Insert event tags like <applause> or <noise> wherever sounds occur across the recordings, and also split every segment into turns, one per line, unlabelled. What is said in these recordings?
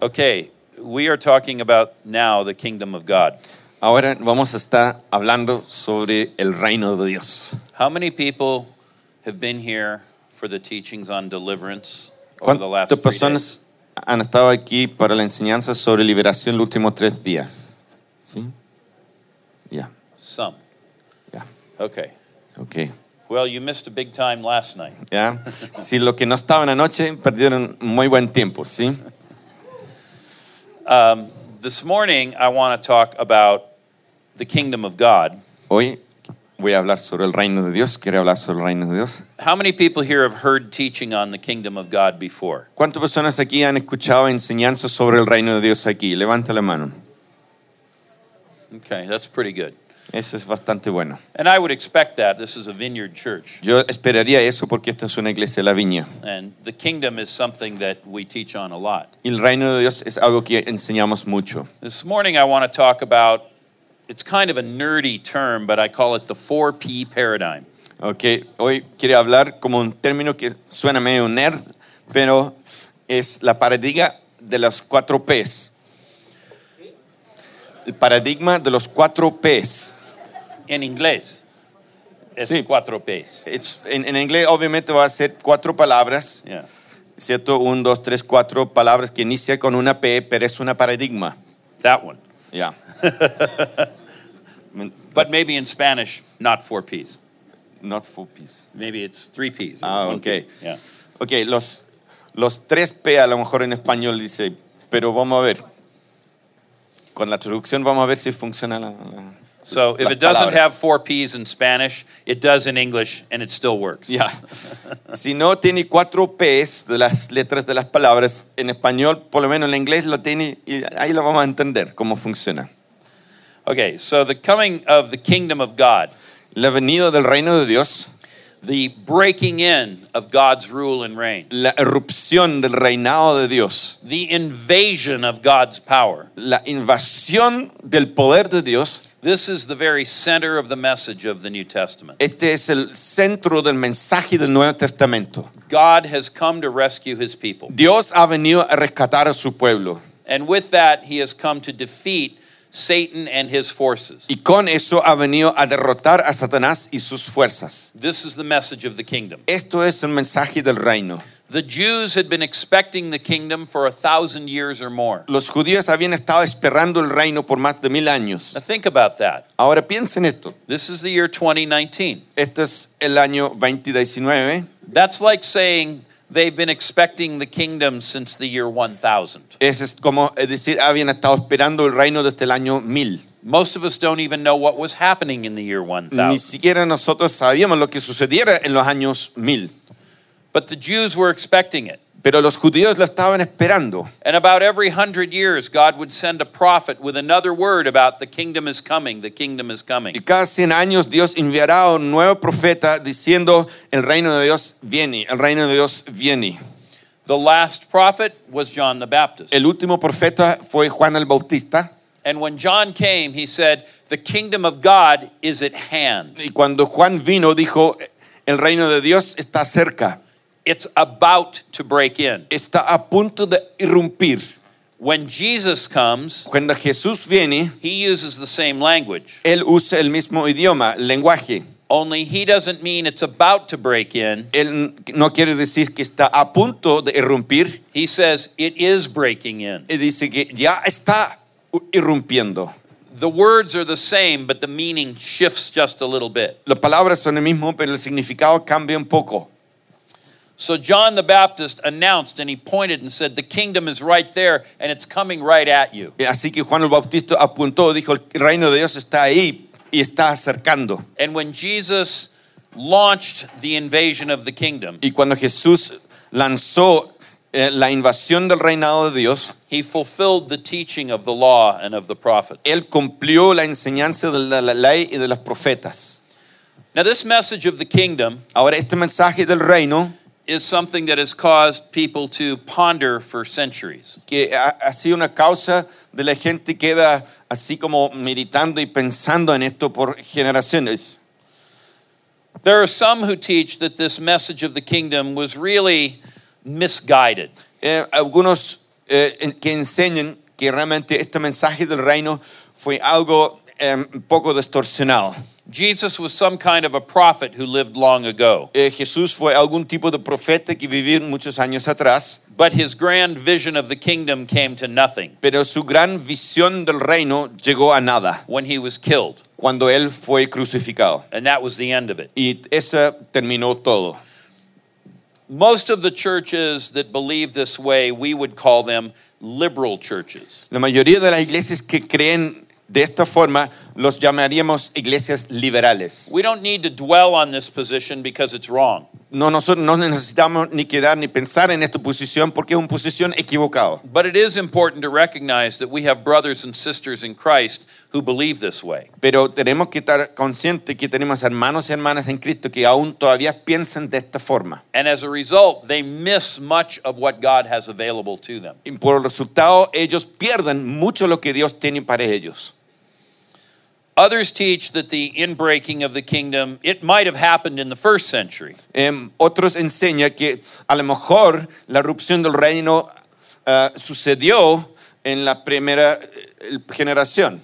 Okay, we are talking about now the kingdom of God.
Ahora vamos a estar hablando sobre el reino de Dios.
How many people have been here for the teachings on deliverance over the last
¿Cuántas
three days?
personas han estado aquí para la enseñanza sobre liberación los últimos tres días? ¿Sí? Ya,
Some.
Yeah.
Okay.
ok.
Well, you missed a big time last night.
¿Ya? Si los que no estaban anoche perdieron muy buen tiempo, ¿sí?
Um, this morning, I want to talk about the kingdom of God.
Hoy voy a hablar sobre el reino de Dios. Quiero hablar sobre el reino de Dios.
How many people here have heard teaching on the kingdom of God before?
¿Cuántas personas aquí han escuchado enseñanzas sobre el reino de Dios aquí? Levanta la mano.
Okay, that's pretty good.
Eso es bastante bueno.
And I would expect that. This is a vineyard church.
Yo esperaría eso porque esta es una iglesia de la viña.
And the kingdom is something that we teach on a lot.
Y el reino de Dios es algo que enseñamos mucho.
This morning, I want to talk about it's kind of a nerdy term, but I call it the 4P paradigm.
Ok, hoy quiero hablar como un término que suena medio nerd, pero es la paradigma de los cuatro P's. El paradigma de los cuatro P's.
In inglés, es
Sí.
cuatro Ps.
Es- en, en inglés obviamente va a ser cuatro palabras,
Yeah.
¿cierto? Un, dos, tres, cuatro palabras que inicia con una P, pero es una paradigma.
That one.
Ya.
But maybe in Spanish, not four Ps.
Not four P's.
Maybe it's three Ps. or
Ah,
one P.
okay.
Yeah.
Ok, los, los tres P a lo mejor en español dice, pero vamos a ver. Con la traducción vamos a ver si funciona la... la-
So if
Las
it doesn't
palabras.
have four Ps in Spanish, it does in English, and it still works.
Ya. si no tiene cuatro P's de las letras de las palabras, en español, por lo menos en inglés lo tiene y ahí lo vamos a entender cómo funciona.
<laughs> Okay, so the coming of the kingdom of God,
La venida del reino de Dios,
the breaking in of God's rule and reign,
la erupción del reinado de Dios,
the invasion of God's power.
la invasión del poder de Dios,
This is the very center of the message of the New Testament.
este es el centro del mensaje del Nuevo Testamento.
God has come to rescue his people.
Dios ha venido a rescatar a su pueblo
And with that, he has come to defeat Satan and his forces.
y con eso ha venido a derrotar a Satanás y sus fuerzas.
This is the message of the kingdom.
Esto es el mensaje del reino.
The Jews had been expecting the kingdom for a thousand years or more.
Los judíos habían estado esperando el reino por más de mil años.
Now, think about that.
Ahora piensen esto.
This is the year 2019.
Esto es el año 2019.
That's like saying they've been expecting the kingdom since the year 1000.
Eso es como es decir, habían estado esperando el reino desde el año 1000.
Most of us don't even know what was happening in the year
Ni
1000.
siquiera nosotros sabíamos lo que sucediera en los años 1000.
But the Jews were expecting it.
Pero los judíos lo estaban esperando.
And about every hundred years, God would send a prophet with another word about the kingdom is coming, the kingdom is coming.
Y cada 100 años Dios enviará a un nuevo profeta diciendo, el reino de Dios viene, el reino de Dios viene.
The last prophet was John the Baptist.
El último profeta fue Juan el Bautista.
And when John came, he said, The kingdom of God is at hand.
Y cuando Juan vino dijo, el reino de Dios está cerca,
It's about to break in.
está a punto de irrumpir.
When Jesus comes,
Cuando Jesús viene,
he uses the same language,
él usa el mismo idioma, el lenguaje.
only he doesn't mean it's about to break in.
Él no quiere decir que está a punto de irrumpir,
He says, It is breaking in.
él dice que ya está irrumpiendo.
The words are the same, but the meaning shifts just a little bit.
Las palabras son el mismo, pero el significado cambia un poco.
So John the Baptist announced and he pointed and said, The kingdom is right there and it's coming right at you.
Eh, Así que Juan el Bautista apuntó, dijo, el reino de Dios está ahí y está acercando.
And when Jesus launched the invasion of the kingdom,
Y cuando Jesús lanzó eh, la invasión del reinado de Dios,
he fulfilled the teaching of the law and of the prophets.
él cumplió la enseñanza de la, la ley y de los profetas.
Now, this message of the kingdom
Ahora, este mensaje del reino
is something that has caused people to ponder for centuries.
que ha, ha sido una causa de la gente queda así como meditando y pensando en esto por generaciones.
There are some who teach that this message of the kingdom was really misguided.
Eh, algunos eh, en- que enseñen que realmente este mensaje del reino fue algo eh, un poco distorsionado.
Jesus was some kind of a prophet who lived long ago,
Eh, Jesús fue algún tipo de profeta que vivió muchos años atrás,
but his grand vision of the kingdom came to nothing
pero su gran visión del reino llegó a nada
when he was killed,
cuando él fue crucificado.
and that was the end of it.
Y eso terminó todo.
Most of the churches that believe this way, we would call them liberal churches.
La mayoría de las iglesias que creen de esta forma los llamaríamos iglesias liberales.
We don't need to dwell on this position because it's wrong,
No, nosotros no necesitamos ni quedar ni pensar en esta posición porque es una posición equivocada.
but it is important to recognize that we have brothers and sisters in Christ who believe this way.
Pero tenemos que estar conscientes que tenemos hermanos y hermanas en Cristo que aún todavía piensan de esta forma.
And as a result, they miss much of what God has available to them.
Y por el resultado, ellos pierden mucho lo que Dios tiene para ellos.
Others teach that the inbreaking of the kingdom, it might have happened in the first century,
Em, otros enseñan que a lo mejor la erupción del reino ah, sucedió en la primera eh, generación.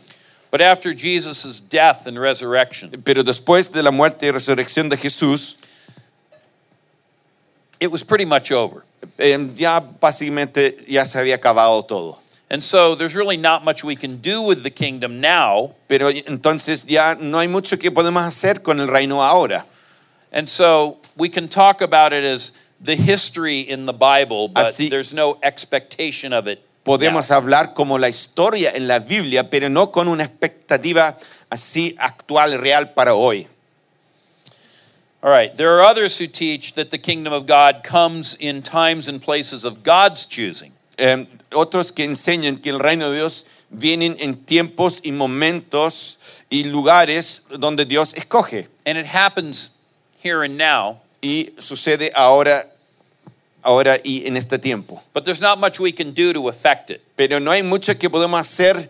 but after Jesus' death and resurrection,
Pero después de la muerte y resurrección de Jesús,
it was pretty much over.
em, ya básicamente ya se había acabado todo.
And so there's really not much we can do with the kingdom now.
Pero entonces ya no hay mucho que podemos hacer con el reino ahora.
And so we can talk about it as the history in the Bible, but
Así-
there's no expectation of it.
Podemos hablar como la historia en la Biblia, pero no con una expectativa así actual, real para hoy.
All right, there are others who teach that the kingdom of God comes in times and places of God's choosing.
Eh, otros que enseñan que el reino de Dios vienen en tiempos y momentos y lugares donde Dios escoge.
And it happens here and now,
Y sucede ahora, ahora y en este tiempo.
but there's not much we can do to affect it.
Pero no hay mucho que podemos hacer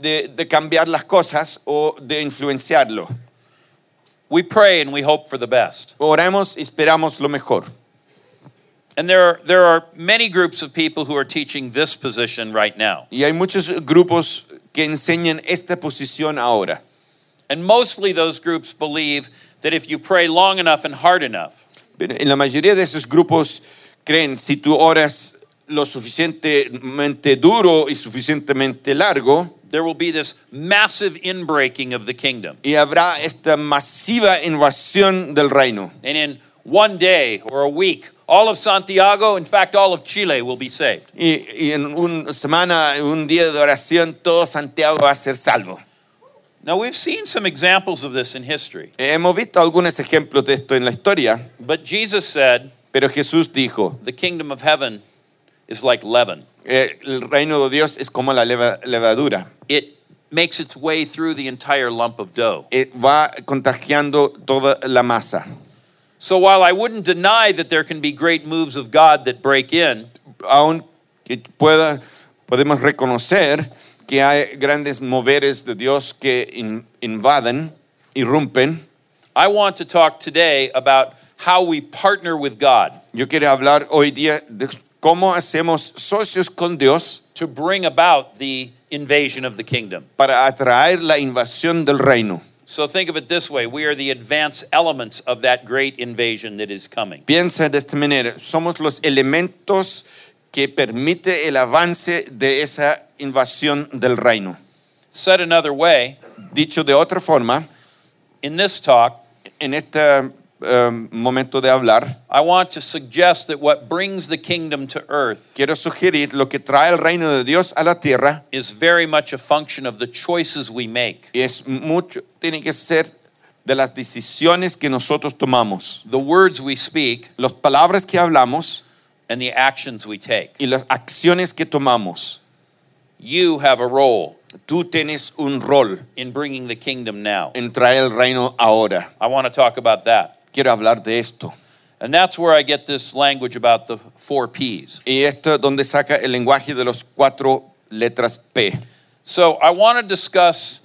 de, de cambiar las cosas o de influenciarlo.
We pray and we hope for the best.
Oramos y esperamos lo mejor.
And there are, there are many groups of people who are teaching this position right now.
Y hay muchos grupos que enseñan esta posición ahora.
And mostly those groups believe that if you pray long enough and hard enough,
Pero en la mayoría de esos grupos creen, si tú oras lo suficientemente duro y suficientemente largo,
there will be this massive inbreaking of the kingdom.
y habrá esta masiva invasión del reino.
And in one day or a week, all of Santiago, in fact, all of Chile, will be saved.
Y, y en una semana, en un día de oración, todo Santiago va a ser salvo.
Now, we've seen some examples of this in history,
Eh, Hemos visto algunos ejemplos de esto en la historia,
but Jesus said
pero Jesús dijo,
the kingdom of heaven is like leaven,
eh, el reino de Dios es como la leva- levadura.
it makes its way through the entire lump of dough.
eh, va contagiando toda la masa.
So, while I wouldn't deny that there can be great moves of God that break in,
Aún que pueda, podemos reconocer que hay grandes moveres de Dios que in- invaden, irrumpen.
I want to talk today about how we partner with God
Yo quiero hablar hoy día de cómo hacemos socios con Dios
to bring about the invasion of the kingdom.
para atraer la invasión del reino.
So think of it this way we are the advanced elements of that great invasion that is coming.
Piensa de esta manera, somos los elementos que permite el avance de esa invasión del reino.
Said another way,
Dicho de otra forma,
in this talk,
en este eh, momento de hablar,
I want to suggest that what brings the kingdom to earth
quiero sugerir lo que trae el reino de Dios a la tierra
is very much a function of the choices we make,
es mucho, tiene que ser de las decisiones que nosotros tomamos,
the words we speak,
las palabras que hablamos
and the actions we take.
y las acciones que tomamos.
You have a role
Tú tienes un rol
in bringing the kingdom now.
en traer el reino ahora.
I want to talk about that.
Quiero hablar de esto.
And that's where I get this language about the four P's.
Y esto es donde saca el lenguaje de los cuatro letras P.
So I want to discuss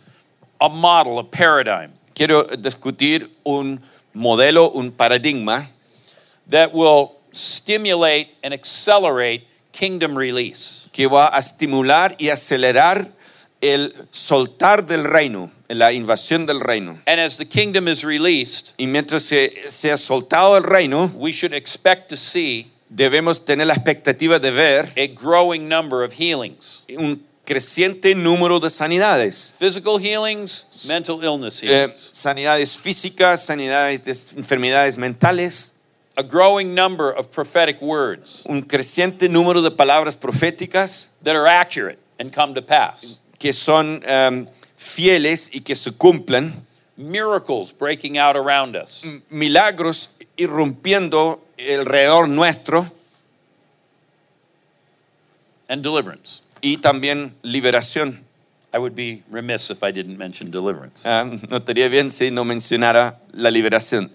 a model, a paradigm
Quiero discutir un modelo, un paradigma
that will stimulate and accelerate kingdom release.
que va a estimular y acelerar el soltar del reino, la invasión del reino.
And as the kingdom is released,
Y mientras se, se ha soltado el reino,
we should expect to see
debemos tener la expectativa de ver
a growing number of healings
un creciente número de sanidades.
physical healings, mental illness
Eh,
healings.
sanidades físicas, sanidades de enfermedades mentales,
A growing number of prophetic words
un creciente número de palabras proféticas
that are accurate and come to pass.
que son em, fieles y que se cumplen,
Miracles breaking out around us.
m- milagros irrumpiendo alrededor nuestro
and deliverance.
y también liberación.
I would be remiss if I didn't mention deliverance.
Em, no estaría bien si no mencionara la liberación.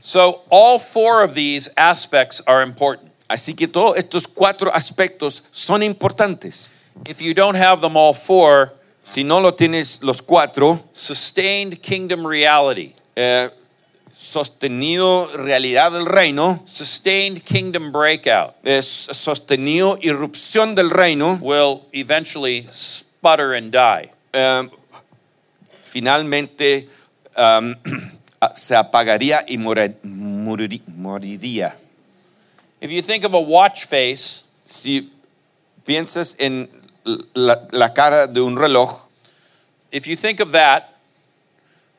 So, all four of these aspects are important.
Así que todos estos cuatro aspectos son importantes.
If you don't have them all four,
Si no lo tienes los cuatro,
sustained kingdom reality,
eh, sostenido realidad del reino,
sustained kingdom breakout
es sostenido irrupción del reino,
will eventually sputter and die.
eh, finalmente <clears throat> um, se apagaría y mora- morirí- moriría.
If you think of a watch face,
Si piensas en la, la cara de un reloj,
if you think of that,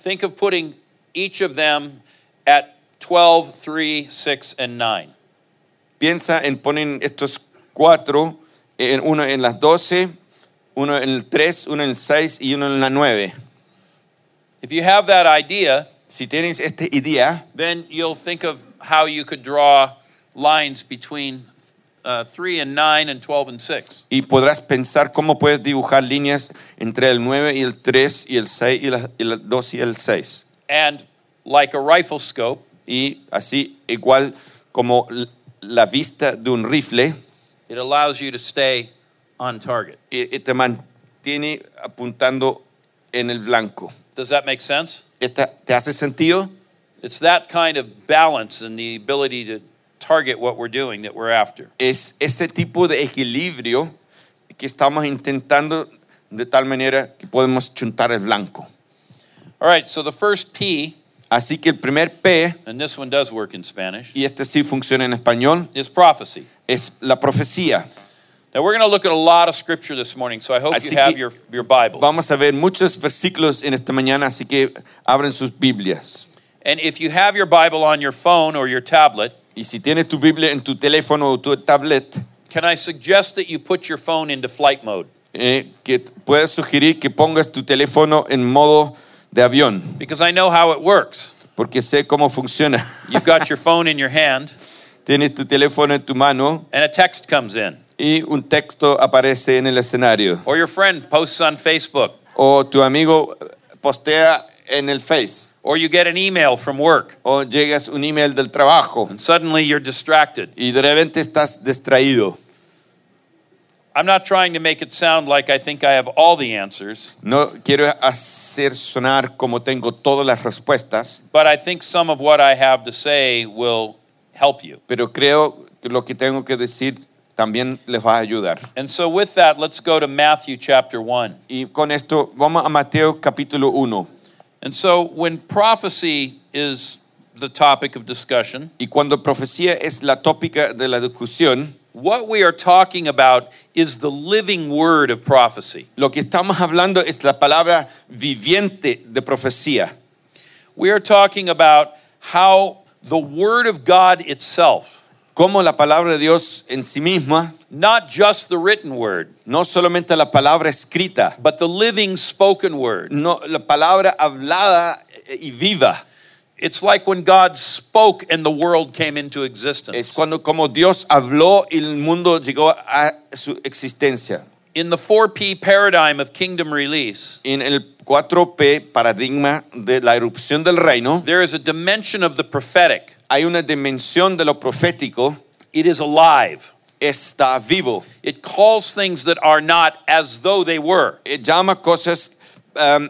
think of putting each of them at 12, 3, 6, and 9.
piensa en ponen estos cuatro, en uno en las 12, uno en el 3, uno en el 6 y uno en la 9.
If you have that idea,
Si tienes esta idea,
then you'll think of how you could draw lines between uh, 3 and 9 and 12 and 6.
y podrás pensar cómo puedes dibujar líneas entre el 9 y el 3 y el 6 y la, y la 2 y el 6.
And like a rifle scope,
Y así, igual como l- la vista de un rifle,
it allows you to stay on target.
y- y te mantiene apuntando en el blanco.
Does that make sense?
¿Esta- ¿Te hace sentido?
It's that kind of balance and the ability to target what we're doing that we're after.
Es ese tipo de equilibrio que estamos intentando de tal manera que podemos chuntar el blanco.
All right, so the first P,
Así que el primer P,
and this one does work in Spanish,
y este sí funciona en español,
is prophecy.
es la profecía.
Now we're going to look at a lot of scripture this morning, so I hope
Así
you
que-
have your, your Bibles.
Vamos a ver muchos versículos en esta mañana, así que abren sus Biblias.
And if you have your Bible on your phone or your tablet,
Y si tienes tu Biblia en tu teléfono o tu tablet,
Can I suggest that you put your phone into flight mode?
eh, que t- puedes sugerir que pongas tu teléfono en modo de avión,
Because I know how it works.
porque sé cómo funciona.
You've got your <laughs> phone in your hand,
<laughs> Tienes tu teléfono en tu mano
and a text comes in,
y un texto aparece en el escenario.
or your friend posts on Facebook,
O tu amigo postea en el Face.
or you get an email from work,
O llegas un email del trabajo
and suddenly you're distracted.
y de repente estás distraído.
I'm not trying to make it sound like I think I have all the answers,
No quiero hacer sonar como tengo todas las respuestas,
but I think some of what I have to say will help you.
pero creo que lo que tengo que decir también les va a ayudar.
And so, with that, let's go to Matthew chapter 1.
Y con esto vamos a Mateo capítulo 1.
And so, when prophecy is the topic of discussion,
Y cuando profecía es la tópica de la discusión,
What we are talking about is the living word of prophecy.
lo que estamos hablando es la palabra viviente de profecía.
We are talking about how the word of God itself,
Como la palabra de Dios en sí misma,
not just the written word,
no solamente la palabra escrita,
but the living spoken word.
no la palabra hablada y viva.
It's like when God spoke and the world came into
Es
existence.
cuando como Dios habló y el mundo llegó a su existencia.
In the 4P paradigm of kingdom release,
En el 4P, paradigma de la erupción del reino,
there is a dimension of the prophetic.
hay una dimensión de lo profético,
It is alive.
está vivo.
It calls things that are not as though they were.
Eh, llama cosas em, um,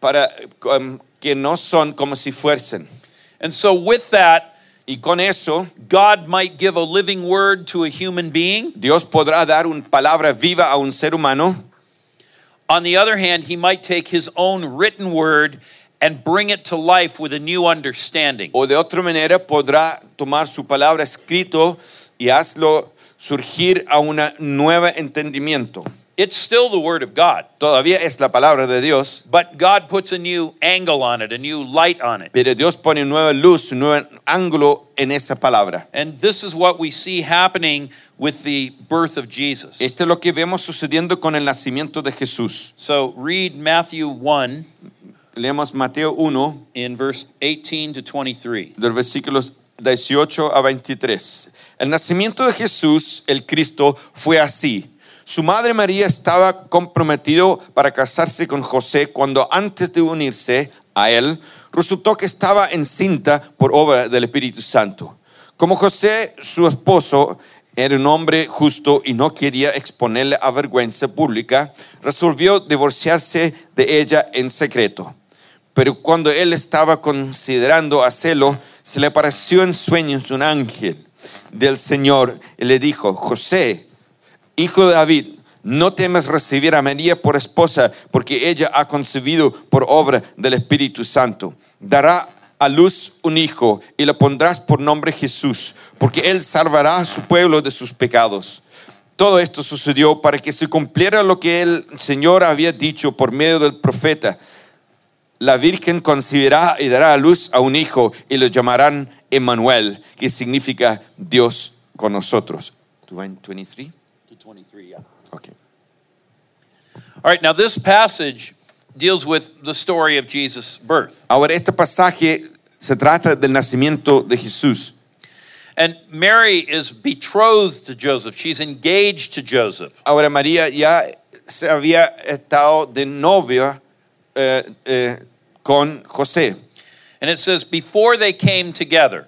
para, um, que no son como si fuesen.
And so, with that,
Y con eso,
God might give a living word to a human being.
Dios podrá dar una palabra viva a un ser humano.
On the other hand, he might take his own written word and bring it to life with a new understanding.
O de otra manera, podrá tomar su palabra escrito y hazlo surgir a un nuevo entendimiento.
It's still the word of God,
Todavía es la palabra de Dios,
but God puts a new angle on it, a new light on it.
pero Dios pone nueva luz, un nuevo ángulo en esa palabra.
And this is what we see happening with the birth of Jesus.
Esto es lo que vemos sucediendo con el nacimiento de Jesús.
So read Matthew 1
Leemos Mateo 1,
in verse 18 to 23.
de los versículos 18 a 23. El nacimiento de Jesús, el Cristo, fue así. Su madre María estaba comprometido para casarse con José cuando antes de unirse a él, resultó que estaba encinta por obra del Espíritu Santo. Como José, su esposo, era un hombre justo y no quería exponerle a vergüenza pública, resolvió divorciarse de ella en secreto. Pero cuando él estaba considerando hacerlo, se le apareció en sueños un ángel del Señor y le dijo, José, hijo de David, no temas recibir a María por esposa, porque ella ha concebido por obra del Espíritu Santo. Dará a luz un hijo y lo pondrás por nombre Jesús, porque él salvará a su pueblo de sus pecados. Todo esto sucedió para que se cumpliera lo que el Señor había dicho por medio del profeta la Virgen concebirá y dará a luz a un hijo y lo llamarán Emmanuel, que significa Dios con nosotros. 23?
To 23, yeah.
Okay.
All right, now this passage deals with the story of Jesus' birth.
Ahora, este pasaje se trata del nacimiento de Jesús.
And Mary is betrothed to Joseph, she's engaged to Joseph.
Ahora, María ya se había estado de novia eh, eh, con José.
And it says, before they came together.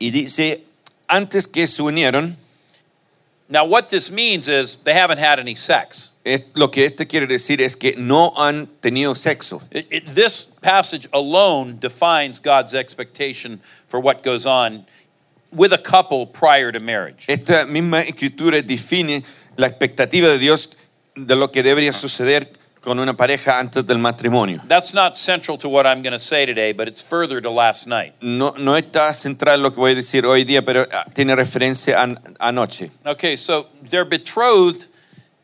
Y dice, antes que se unieron,
Now, what this means is they haven't had any sex.
es- lo que este quiere decir es que no han tenido sexo.
It, it, this passage alone defines God's expectation for what goes on with a couple prior to marriage.
Esta misma escritura define la expectativa de Dios de lo que debería suceder con una pareja antes del matrimonio.
That's not central to what I'm going to say today, but it's further to last night.
No, no está central lo que voy a decir hoy día, pero ah, tiene referencia a anoche.
Okay, so they're betrothed,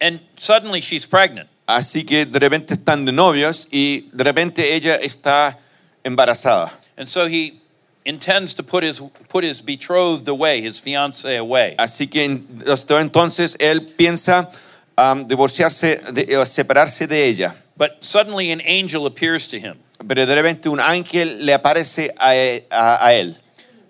and suddenly she's pregnant.
Así que de repente están de novios y de repente ella está embarazada.
And so he intends to put his, put his betrothed away, his fiancée away.
Así que en- hasta entonces él piensa am, divorciarse, de- o separarse de ella.
But suddenly an angel appears to him.
Pero de repente un ángel le aparece a e- a- a él.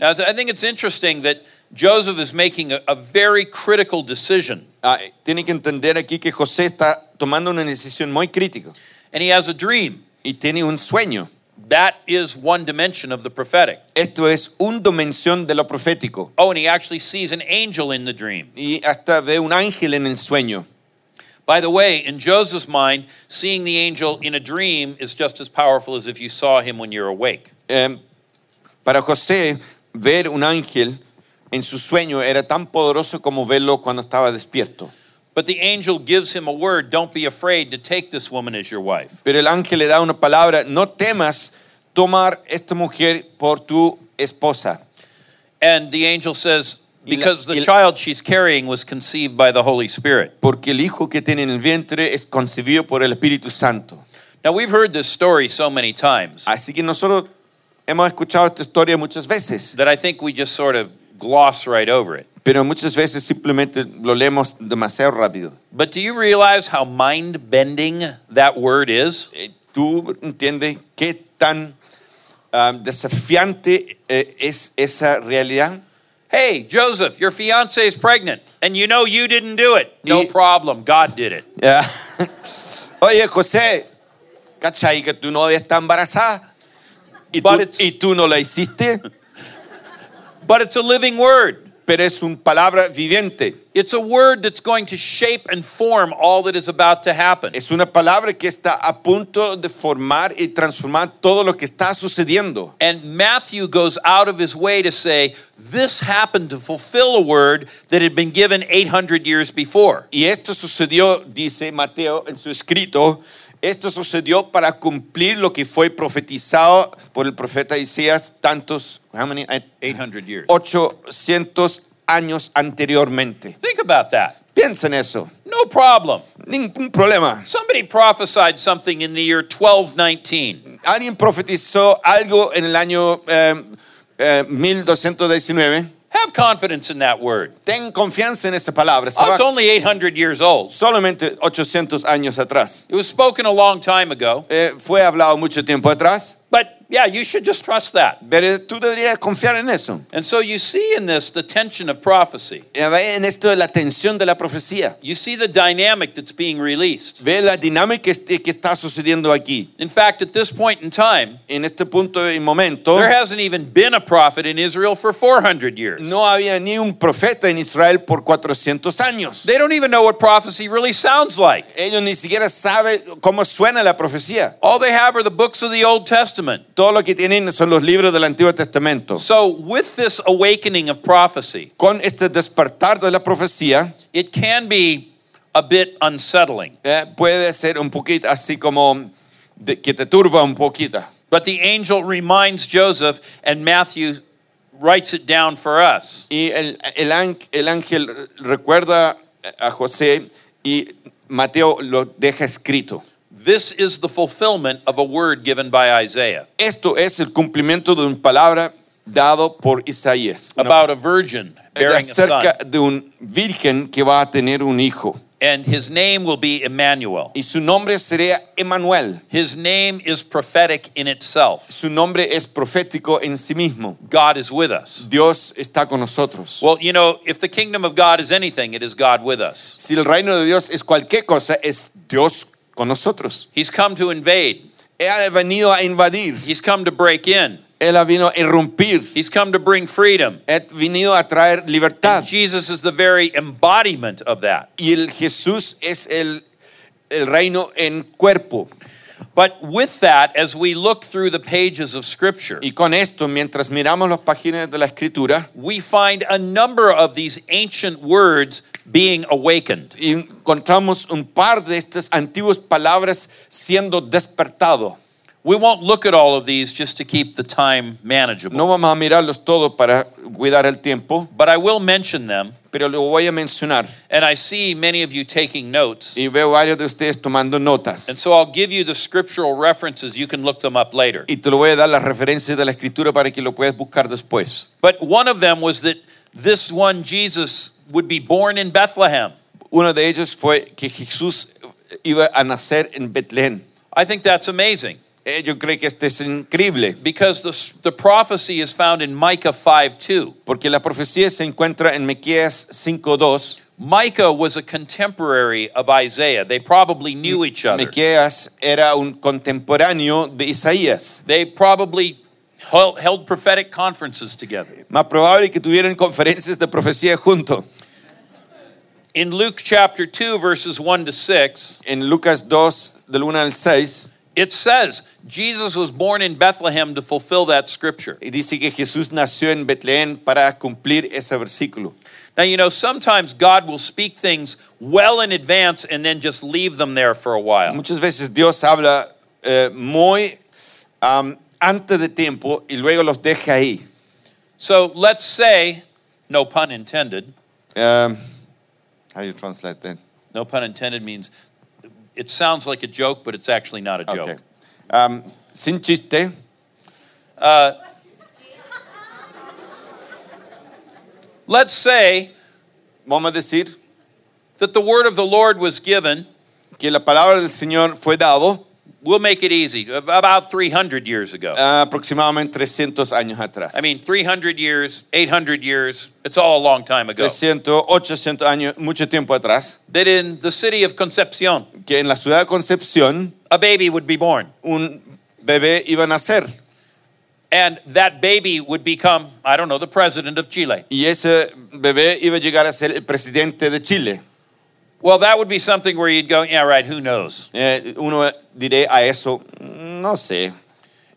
Now, I think it's interesting that Joseph is making a, a very critical decision,
Ah, tiene que entender aquí que José está tomando una decisión muy crítica
and he has a dream.
y tiene un sueño.
That is one dimension of the prophetic.
Esto es un dimensión de lo profético
Oh, and he actually sees an angel in the dream.
y hasta ve un ángel en el sueño.
By the way, in Joseph's mind, seeing the angel in a dream is just as powerful as if you saw him when you're awake.
Eh, para José, ver un ángel en su sueño era tan poderoso como verlo cuando estaba despierto.
But the angel gives him a word don't be afraid to take this woman as your wife.
Pero el ángel le da una palabra, no temas tomar esta mujer por tu esposa.
And the angel says,
Y la-
because
y
the
la-
child she's carrying was conceived by the Holy Spirit.
Porque el hijo que tiene en el vientre es concebido por el Espíritu Santo.
Now, we've heard this story so many times.
Así que nosotros hemos escuchado esta historia muchas veces,
that I think we just sort of gloss right over it.
pero muchas veces simplemente lo leemos demasiado rápido.
But do you realize how mind bending that word is?
Eh, ¿Tú entiendes qué tan ah, desafiante eh, es esa realidad?
Hey, Joseph, your fiance is pregnant, and you know you didn't do it. No
Y-
problem, God did it.
Ya. Ah, <laughs> Oye, José, ¿cachai que tu novia está embarazada? ¿Y tú,
But it's-
y tú no la hiciste?
But it's a living word.
pero es una palabra viviente.
It's a word that's going to shape and form all that is about to happen.
Es una palabra que está a punto de formar y transformar todo lo que está sucediendo.
And Matthew goes out of his way to say, this happened to fulfill a word that had been given 800 years before.
Y esto sucedió, dice Mateo en su escrito, esto sucedió para cumplir lo que fue profetizado por el profeta Isaías tantos, how many?
800 years.
800 años anteriormente.
Think about that.
Piensa en eso,
No problem.
ningún problema.
Somebody prophesied something in the year 1219.
Alguien profetizó algo en el año eh, eh, 1219.
Have confidence in that word.
Ten confianza en esa palabra. Se
Oh,
va
it's only 800 years old.
solamente 800 años atrás.
It was spoken a long time ago.
Eh, fue hablado mucho tiempo atrás,
But yeah, you should just trust that.
pero tú deberías confiar en eso.
And so you see in this the tension of prophecy.
Eh, Ve en esto de la tensión de la profecía.
You see the dynamic that's being released.
Ve la dinámica este- que está sucediendo aquí.
In fact, at this point in time,
En este punto y momento,
there hasn't even been a prophet in Israel for 400 years.
no había ni un profeta en Israel por 400 años.
They don't even know what prophecy really sounds like.
Ellos ni siquiera saben cómo suena la profecía.
All they have are the books of the Old Testament.
Todo lo que tienen son los libros del Antiguo Testamento.
So, with this awakening of prophecy,
Con este despertar de la profecía,
it can be a bit unsettling.
eh, puede ser un poquito así como de- que te turba un poquito.
But the angel reminds Joseph, and Matthew writes it down for us.
Y el, el an- el ángel recuerda a José y Mateo lo deja escrito.
This is the fulfillment of a word given by Isaiah
Esto es el cumplimiento de una palabra dado por Isaías una-
about a virgin bearing a son,
acerca de un virgen que va a tener un hijo
and his name will be Emmanuel.
y su nombre sería Emanuel.
His name is prophetic in itself.
Su nombre es profético en sí mismo.
God is with us.
Dios está con nosotros.
Well, you know, if the kingdom of God is anything, it is God with us.
Si el reino de Dios es cualquier cosa, es Dios con nosotros.
He's come to invade.
Él ha venido a invadir,
He's come to break in.
él ha venido a irrumpir,
He's come to bring freedom.
ha venido a traer libertad.
And Jesus is the very embodiment of that.
y el Jesús es el, el reino en cuerpo.
But with that, as we look through the pages of Scripture,
Y con esto, mientras miramos las páginas de la escritura,
we find a number of these ancient words being awakened.
encontramos un par de estas antiguas palabras siendo despertado.
We won't look at all of these just to keep the time manageable,
No vamos a mirarlos todos para cuidar el tiempo,
but I will mention them.
pero lo voy a mencionar.
And I see many of you taking notes.
Y veo varios de ustedes tomando notas.
And so I'll give you the scriptural references. You can look them up later.
Y te lo voy a dar las referencias de la escritura para que lo puedas buscar después.
But one of them was that this one, Jesus, would be born in Bethlehem.
Uno de ellos fue que Jesús iba a nacer en Betlén.
I think that's amazing
Eh, Yo creo que este es increíble.
because the, the prophecy is found in Micah 5 2.
Porque la profecía se encuentra en Miqueas 5:2.
Micah was a contemporary of Isaiah. They probably knew each other,
Miqueas era un contemporáneo de Isaías.
they probably held, held prophetic conferences together.
Más probable que tuvieran conferencias de profecía juntos.
In Luke chapter 2, verses 1 to 6,
En Lucas 2 del 1 al 6
it says Jesus was born in Bethlehem to fulfill that scripture.
y dice que Jesús nació en Betlehén para cumplir ese versículo.
Now, you know, sometimes God will speak things well in advance and then just leave them there for a while.
Muchas veces Dios habla eh, muy am, antes de tiempo y luego los deja ahí.
So let's say, no pun intended,
Um, how you translate that?
no pun intended means it sounds like a joke, but it's actually not a joke.
Okay. Um, sin chiste.
Uh, let's say
Vamos a decir
that the word of the Lord was given,
que la palabra del Señor fue dado
we'll make it easy, ab- about 300 years ago.
ah, aproximadamente 300 años atrás.
I mean, 300 years, 800 years, it's all a long time ago.
300, 800 años, mucho tiempo atrás,
That in the city of Concepcion,
que en la ciudad de Concepción
a baby would be born.
un bebé iba a nacer.
And that baby would become, I don't know, the president of Chile.
Y ese bebé iba a llegar a ser el presidente de Chile.
Well, that would be something where you'd go, yeah, right, who knows?
Eh, uno diré a eso, no sé.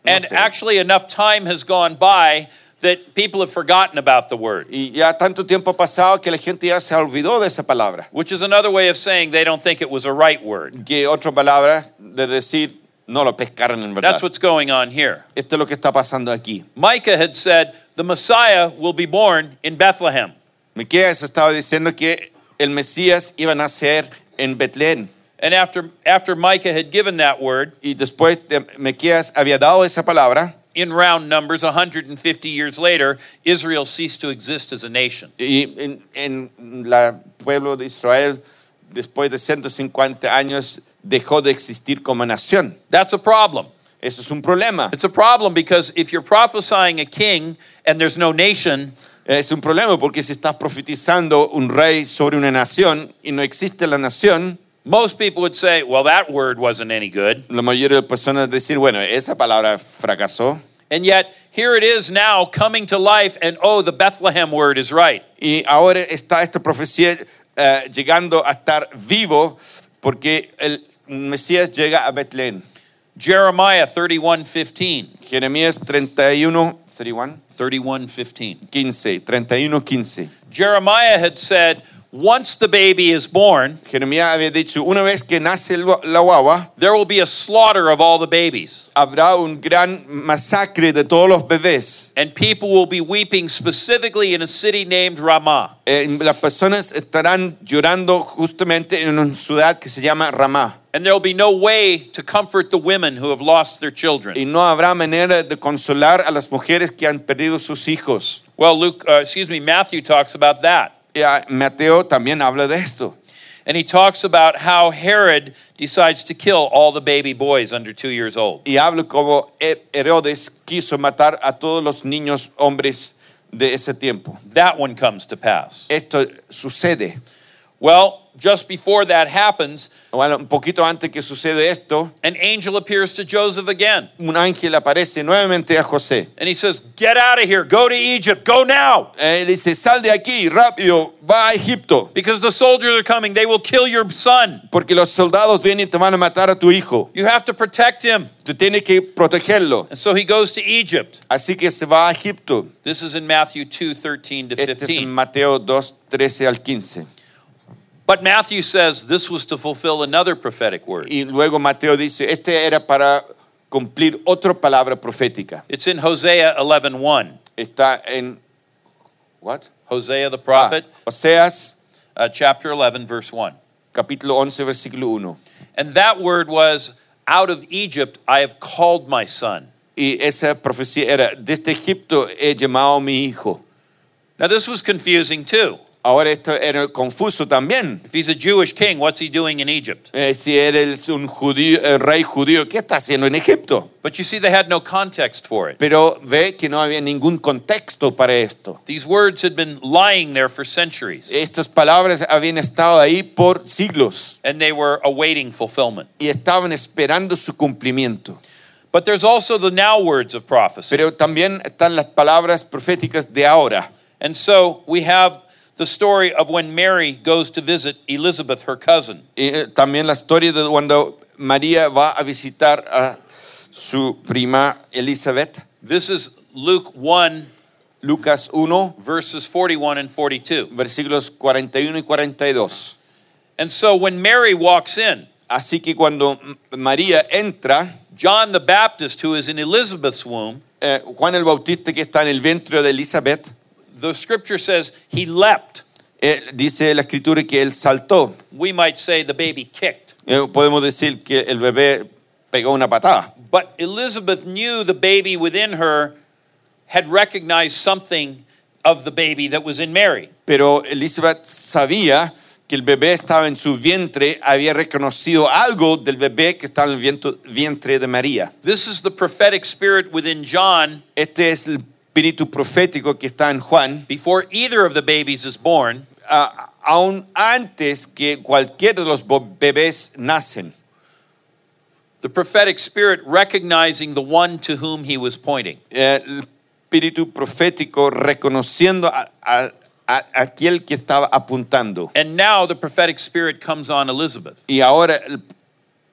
no
and
sé".
actually, enough time has gone by that people have forgotten about the word,
y ya tanto tiempo ha pasado que la gente ya se olvidó de esa palabra.
which is another way of saying they don't think it was a right word.
Que otra palabra de decir, no lo pescaron en verdad.
That's what's going on here.
Esto es lo que está pasando aquí.
Micah had said, the Messiah will be born in Bethlehem.
Miqueas estaba diciendo que el Mesías iba a nacer en Betlén.
And after, after Micah had given that word,
Y después de Miqueas había dado esa palabra
in round numbers, 150 years later, Israel ceased to exist as a nation.
y en, en la pueblo de Israel, después de 150 años, dejó de existir como nación.
That's a problem.
Eso es un problema.
It's a problem because if you're prophesying a king and there's no nation,
Es un problema porque si estás profetizando un rey sobre una nación y no existe la nación,
most people would say, well, that word wasn't any good.
la mayoría de personas decir, bueno, esa palabra fracasó.
And yet, here it is now coming to life, and oh, the Bethlehem word is right.
Y ahora está esta profecía eh, llegando a estar vivo porque el Mesías llega a Betlén.
Jeremiah 31 15.
Jeremías 31, 31,
31 15.
15, 31, 15.
Jeremiah had said, once the baby is born,
Jeremías había dicho, una vez que nace el gua- la guagua,
there will be a slaughter of all the babies,
habrá un gran masacre de todos los bebés.
and people will be weeping specifically in a city named Ramah.
Eh, las personas estarán llorando justamente en una ciudad que se llama Ramá.
And there will be no way to comfort the women who have lost their children.
Y no habrá manera de consolar a las mujeres que han perdido sus hijos.
Well, Luke, uh, excuse me, Matthew talks about that.
Y, ah, Mateo también habla de esto.
And he talks about how Herod decides to kill all the baby boys under two years old.
Y habla como He- Herodes quiso matar a todos los niños hombres de ese tiempo.
That one comes to pass.
Esto sucede.
Well, just before that happens,
Bueno, un poquito antes que sucede esto,
an angel appears to Joseph again.
un ángel aparece nuevamente a José.
And he says, Get out of here. Go to Egypt. Go now.
Él dice, sal de aquí, rápido, va a Egipto,
Because the soldiers are coming. They will kill your son.
porque los soldados vienen y te van a matar a tu hijo.
You have to protect him.
Tú tienes que protegerlo.
And so he goes to Egypt.
Así que se va a Egipto.
This is in Matthew 2 13 to
Este es en
15.
Mateo 2, 13 al 15.
But Matthew says this was to fulfill another prophetic word.
Y luego Mateo dice, este era para cumplir otra palabra profética.
It's in Hosea 11:1.
Está en... What?
Hosea the
Ah,
prophet,
Oseas,
uh, chapter 11 verse 1.
capítulo 11, versículo 1.
And that word was out of Egypt I have called my son.
Y esa profecía era, desde Egipto he llamado a mi hijo.
Now this was confusing too.
Ahora esto era confuso también.
If he's a Jewish king, what's he doing in Egypt?
Eh, si eres un judío, eh, rey judío, ¿qué está haciendo en Egipto?
But you see they had no context for it.
Pero ve que no había ningún contexto para esto.
These words had been lying there for centuries
Estas palabras habían estado ahí por siglos
and they were awaiting fulfillment.
y estaban esperando su cumplimiento.
But there's also the now words of prophecy.
Pero también están las palabras proféticas de ahora.
And so we have the story of when Mary goes to visit Elizabeth, her cousin.
Y, eh, también la historia de cuando María va a visitar a su prima Elizabeth.
This is Luke 1
Lucas 1,
verses 41 and 42.
versículos 41 y 42.
And so when Mary walks in,
Así que cuando M- María entra,
John the Baptist, who is in Elizabeth's womb,
eh, Juan el Bautista que está en el vientre de Elizabeth,
the scripture says he leapt.
eh, dice la escritura que él saltó.
We might say the baby kicked.
Eh, podemos decir que el bebé pegó una patada.
But Elizabeth knew the baby within her had recognized something of the baby that was in Mary.
Pero Elizabeth sabía que el bebé estaba en su vientre, había reconocido algo del bebé que está en el viento- vientre de María.
This is the prophetic spirit within John
Este es el espíritu profético que está en Juan,
before either of the babies is born,
a- aún antes que cualquiera de los bo- bebés nacen.
The prophetic spirit recognizing the one to whom he was pointing.
El espíritu profético reconociendo a, a- a- a aquel que estaba apuntando.
And now the prophetic spirit comes on Elizabeth.
Y ahora el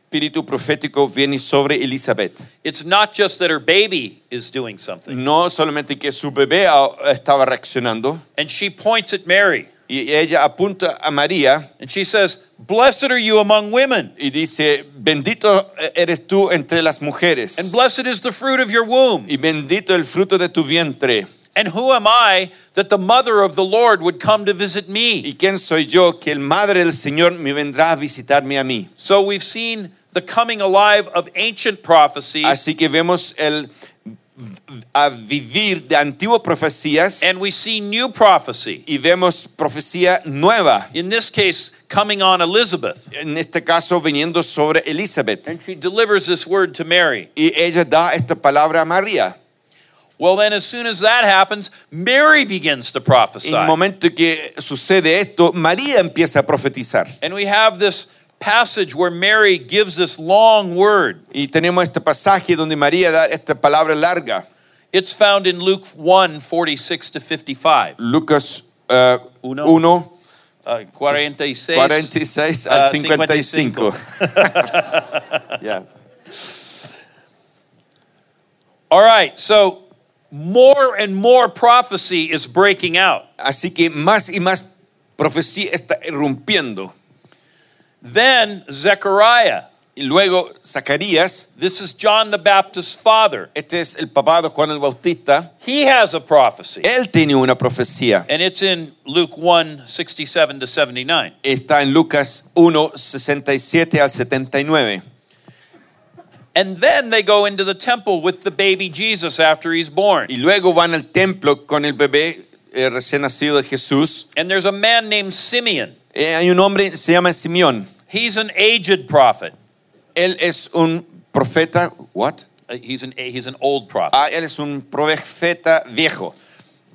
espíritu profético viene sobre Elizabeth.
It's not just that her baby is doing something.
No solamente que su bebé a- estaba reaccionando,
And she points at Mary
y ella apunta a María
and she says, Blessed are you among women,
y dice, bendito eh, eres tú entre las mujeres.
and blessed is the fruit of your womb.
y bendito el fruto de tu vientre.
And who am I that the mother of the Lord would come to visit me?
¿Y quién soy yo que el Madre del Señor me vendrá a visitarme a mí?
So we've seen the coming alive of ancient prophecies,
Así que vemos el a vivir de antiguas profecías
and we see new prophecy.
y vemos profecía nueva.
In this case, coming on Elizabeth.
En este caso, viniendo sobre Elizabeth.
And she delivers this word to Mary.
Y ella da esta palabra a María.
Well, then, as soon as that happens, Mary begins to
En
prophesy.
el momento que sucede esto, María empieza a profetizar.
And we have this passage where Mary gives this long word.
Y tenemos este pasaje donde María da esta palabra larga.
It's found in Luke 1 46 to 55.
Lucas eh,
Uno.
1,
Uh, 46.
46
Ah,
al
55.
55. <laughs> Ya.
All right, so more and more prophecy is breaking out.
Así que más y más profecía está irrumpiendo.
Then Zechariah,
Y luego Zacarías,
this is John the Baptist's father,
este es el papá de Juan el Bautista,
he has a prophecy.
él tiene una profecía.
And it's in Luke 1 67 to 79.
Está en Lucas 1, 67 al 79.
And then they go into the temple with the baby Jesus after he's born.
Y luego van al templo con el bebé eh, recién nacido de Jesús.
And there's a man named Simeon.
Eh, hay un hombre, se llama Simeón.
He's an aged prophet.
Él es un profeta, what?
Uh, He's an, he's an old prophet.
Ah, él es un profeta viejo.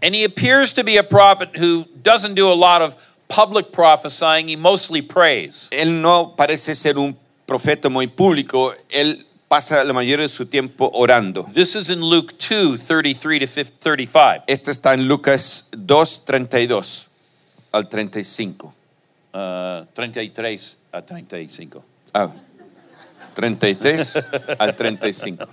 And he appears to be a prophet who doesn't do a lot of public prophesying, he mostly prays.
Él no parece ser un profeta muy público. Él pasa la mayoría de su tiempo orando.
This is in Luke 2 33 to 50 35.
Este está en Lucas 2, 32 al 35.
Uh, 33 a 35.
Ah, 33 al 35.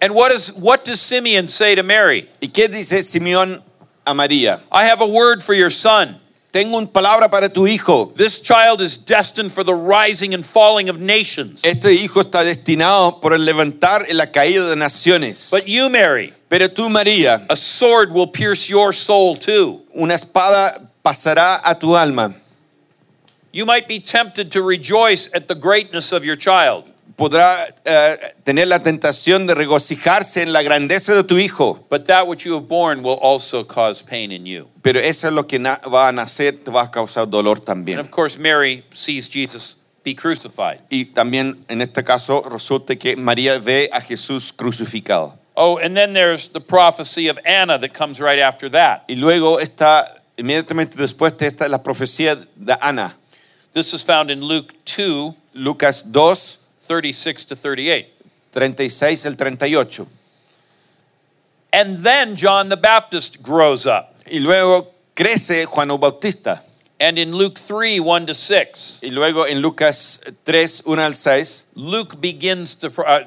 And what, is, what does Simeon say to Mary?
¿Y qué dice Simeón a María?
I have a word for your son.
Tengo una palabra para tu hijo.
This child is destined for the rising and falling of nations.
Este hijo está destinado por el levantar en la caída de naciones.
But you, Mary,
Pero tú, María,
a sword will pierce your soul too.
una espada pasará a tu alma.
You might be tempted to rejoice at the greatness of your child.
podrá eh, tener la tentación de regocijarse en la grandeza de tu hijo,
But that which you have borne will also cause pain in you.
pero eso es lo que na- va a nacer, te va a causar dolor
And
también.
of course, Mary sees Jesus be crucified.
Y también en este caso resulta que María ve a Jesús crucificado.
Oh, and then there's the prophecy of Anna that comes right after that.
Y luego está, inmediatamente después de esta, la profecía de Ana,
This is found in Luke 2
Lucas 2,
36 to 38.
36 al 38.
And then John the Baptist grows up.
Y luego crece Juan el Bautista.
And in Luke 3 1 to 6,
Y luego en Lucas 3, 1 al 6.
Luke begins to, pro- uh,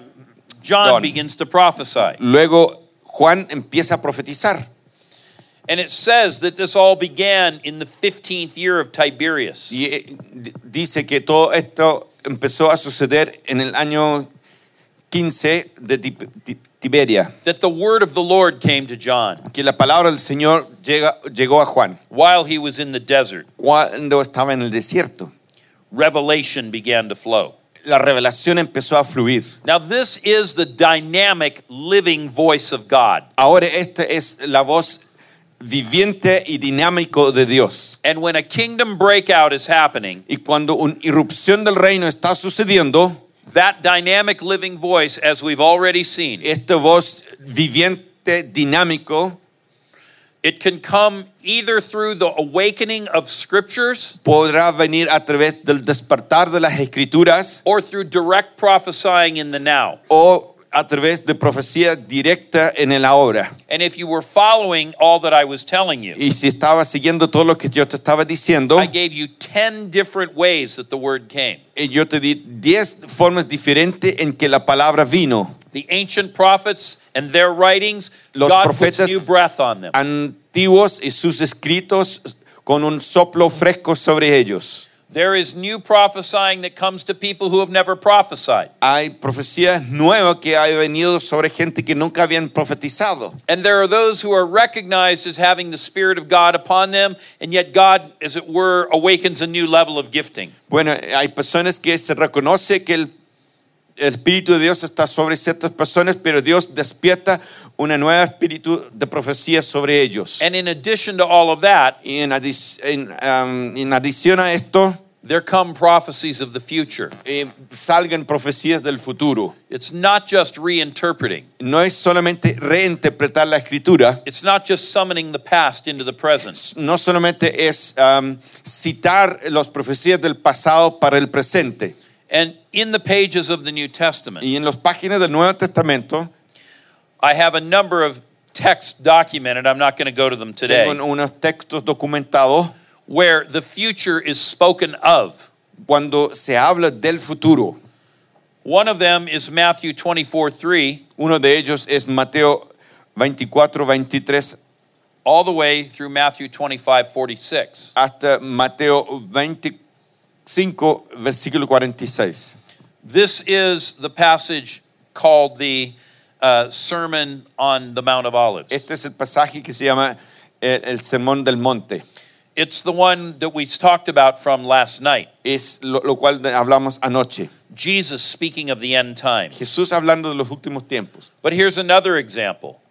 John
John.
begins to prophesy.
Luego Juan empieza a profetizar.
And it says that this all began in the 15th year of Tiberius.
Y eh, di- dice que todo esto empezó a suceder en el año 15 de Ti- Ti- Tiberia,
That the word of the Lord came to John
que la palabra del Señor llega, llegó a Juan
while he was in the desert.
cuando estaba en el desierto.
Revelation began to flow.
La revelación empezó a fluir.
Now, this is the dynamic, living voice of God.
Ahora esta es la voz viviente y dinámico de Dios.
And when a kingdom breakout is happening,
Y cuando una irrupción del reino está sucediendo,
that dynamic, living voice, as we've already seen,
esta voz viviente, dinámico,
It can come either through the awakening of scriptures
podrá venir a través del despertar de las escrituras
or through direct prophesying in the now.
o a través de profecía directa en la obra.
And if you were following all that I was telling you,
Y si estabas siguiendo todo lo que yo te estaba diciendo,
I gave you 10 different ways that the word came.
eh, yo te di 10 formas diferentes en que la palabra vino.
The ancient prophets and their writings,
Los
God puts
profetas-
new breath on them.
Antiguos y sus escritos con un soplo fresco sobre ellos.
There is new prophesying that comes to people who have never prophesied.
Hay profecías nuevas que han venido sobre gente que nunca habían profetizado.
And there are those who are recognized as having the Spirit of God upon them, and yet God, as it were, awakens a new level of gifting.
Bueno, hay personas que se reconoce que el, el Espíritu de Dios está sobre ciertas personas, pero Dios despierta una nueva espíritu de profecía sobre ellos.
And in addition to all of that,
y en, adic- en, um, en adición a esto,
there come prophecies of the future.
eh, salgan profecías del futuro.
It's not just reinterpreting,
No es solamente reinterpretar la escritura,
it's not just summoning the past into the present.
no solamente es um, citar las profecías del pasado para el presente.
And in the pages of the New Testament,
Y en las páginas del Nuevo Testamento
I have a number of texts documented, I'm not going to go to them today,
tengo unos textos documentados
where the future is spoken of.
cuando se habla del futuro.
One of them is Matthew 24 3.
Uno de ellos es Mateo 24, 23
all the way through Matthew 25, 46.
hasta Mateo 25, versículo 46.
This is the passage called the uh, Sermon on the Mount of Olives.
Este es el pasaje que se llama eh, el, Sermón del Monte.
It's the one that we talked about from last night.
Es lo, lo cual de- hablamos anoche.
Jesus speaking of the end times.
Jesús hablando de los últimos tiempos.
But here's another example.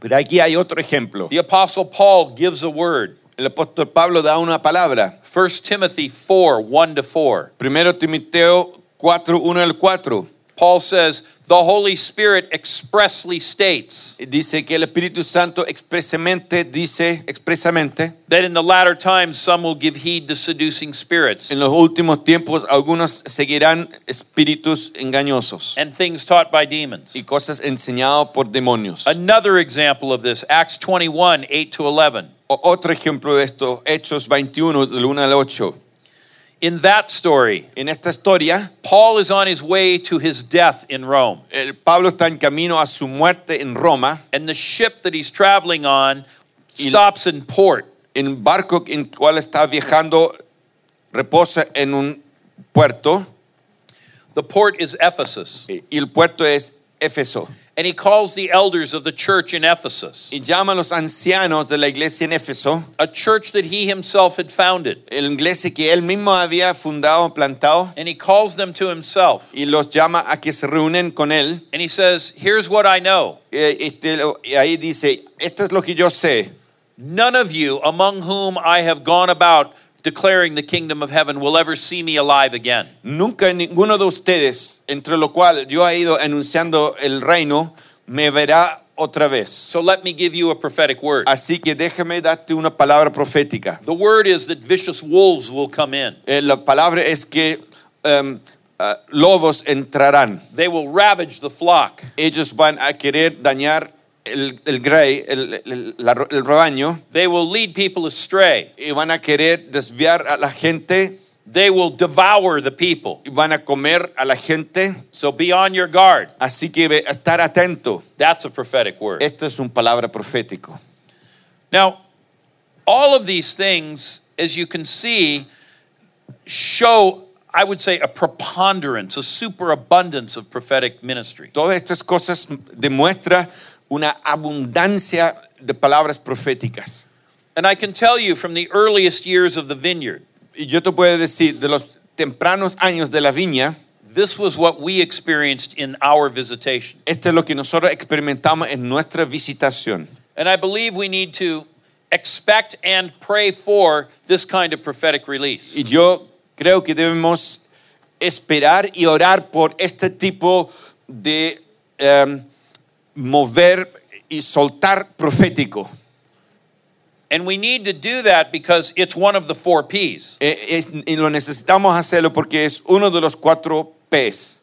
Pero aquí hay otro ejemplo.
The Apostle Paul gives a word.
El apóstol Pablo da una palabra.
1 Timothy 4, 1 to 4.
Primero Timoteo 4, 1 al 4.
Paul says, The Holy Spirit expressly states
Dice que el Espíritu Santo expresamente dice, expresamente,
that in the latter times some will give heed to seducing spirits.
En los últimos tiempos algunos seguirán espíritus engañosos
and things taught by demons.
y cosas enseñadas por demonios.
Another example of this, Acts 21, 8 to 11.
O- otro ejemplo de esto, Hechos 21, del 1 al 8.
In that story,
En esta historia,
Paul is on his way to his death in Rome,
el Pablo está en camino a su muerte en Roma,
and the ship that he's traveling on
Il-
stops in port.
en un barco en cual está viajando, reposa en un puerto,
The port is Ephesus,
y y el puerto es Éfeso.
and he calls the elders of the church in Ephesus,
Y llama a los ancianos de la iglesia en Éfeso,
a church that he himself had founded,
la iglesia que él mismo había fundado, plantado,
and he calls them to himself,
y los llama a que se reúnen con él.
and he says, Here's what I know.
Eh, este, lo- y ahí dice, esto es lo que yo sé.
None of you among whom I have gone about declaring the kingdom of heaven will ever see me alive again.
Nunca ninguno de ustedes, entre lo cual yo he ido anunciando el reino, me verá otra vez.
So let me give you a prophetic word.
Así que déjame darte una palabra profética.
The word is that vicious wolves will come in.
Eh, la palabra es que em, ah, lobos entrarán.
They will ravage the flock.
Ellos van a querer dañar el, el grey, el, el- la ro- el rebaño,
They will lead people astray.
y van a querer desviar a la gente,
They will devour the people.
y van a comer a la gente.
So be on your guard.
Así que ve- estar atento.
That's a prophetic word.
Esto es un palabra profético.
Now, all of these things, as you can see, show, I would say, a preponderance, a superabundance of prophetic ministry.
Todas estas cosas demuestran una abundancia de palabras proféticas.
And I can tell you from the earliest years of the vineyard,
Y yo te puedo decir, de los tempranos años de la viña,
this was what we experienced in our visitation.
esto es lo que nosotros experimentamos en nuestra visitación.
And I believe we need to expect and pray for this kind of prophetic release.
Y yo creo que debemos esperar y orar por este tipo de em, mover y soltar profético.
And we need to do that because it's one of the four P's.
Eh, es- y lo necesitamos hacerlo porque es uno de los cuatro P's.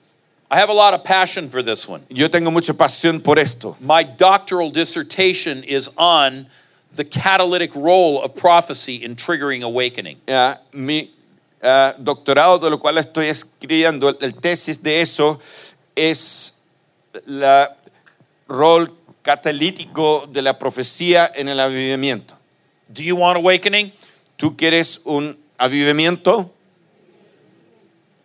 I have a lot of passion for this one.
Yo tengo mucha pasión por esto.
My doctoral dissertation is on the catalytic role of prophecy in triggering awakening.
Ah, mi ah, doctorado, de lo cual estoy escribiendo, el, el tesis de eso es la rol catalítico de la profecía en el avivamiento.
Do you want awakening?
¿Tú quieres un avivamiento?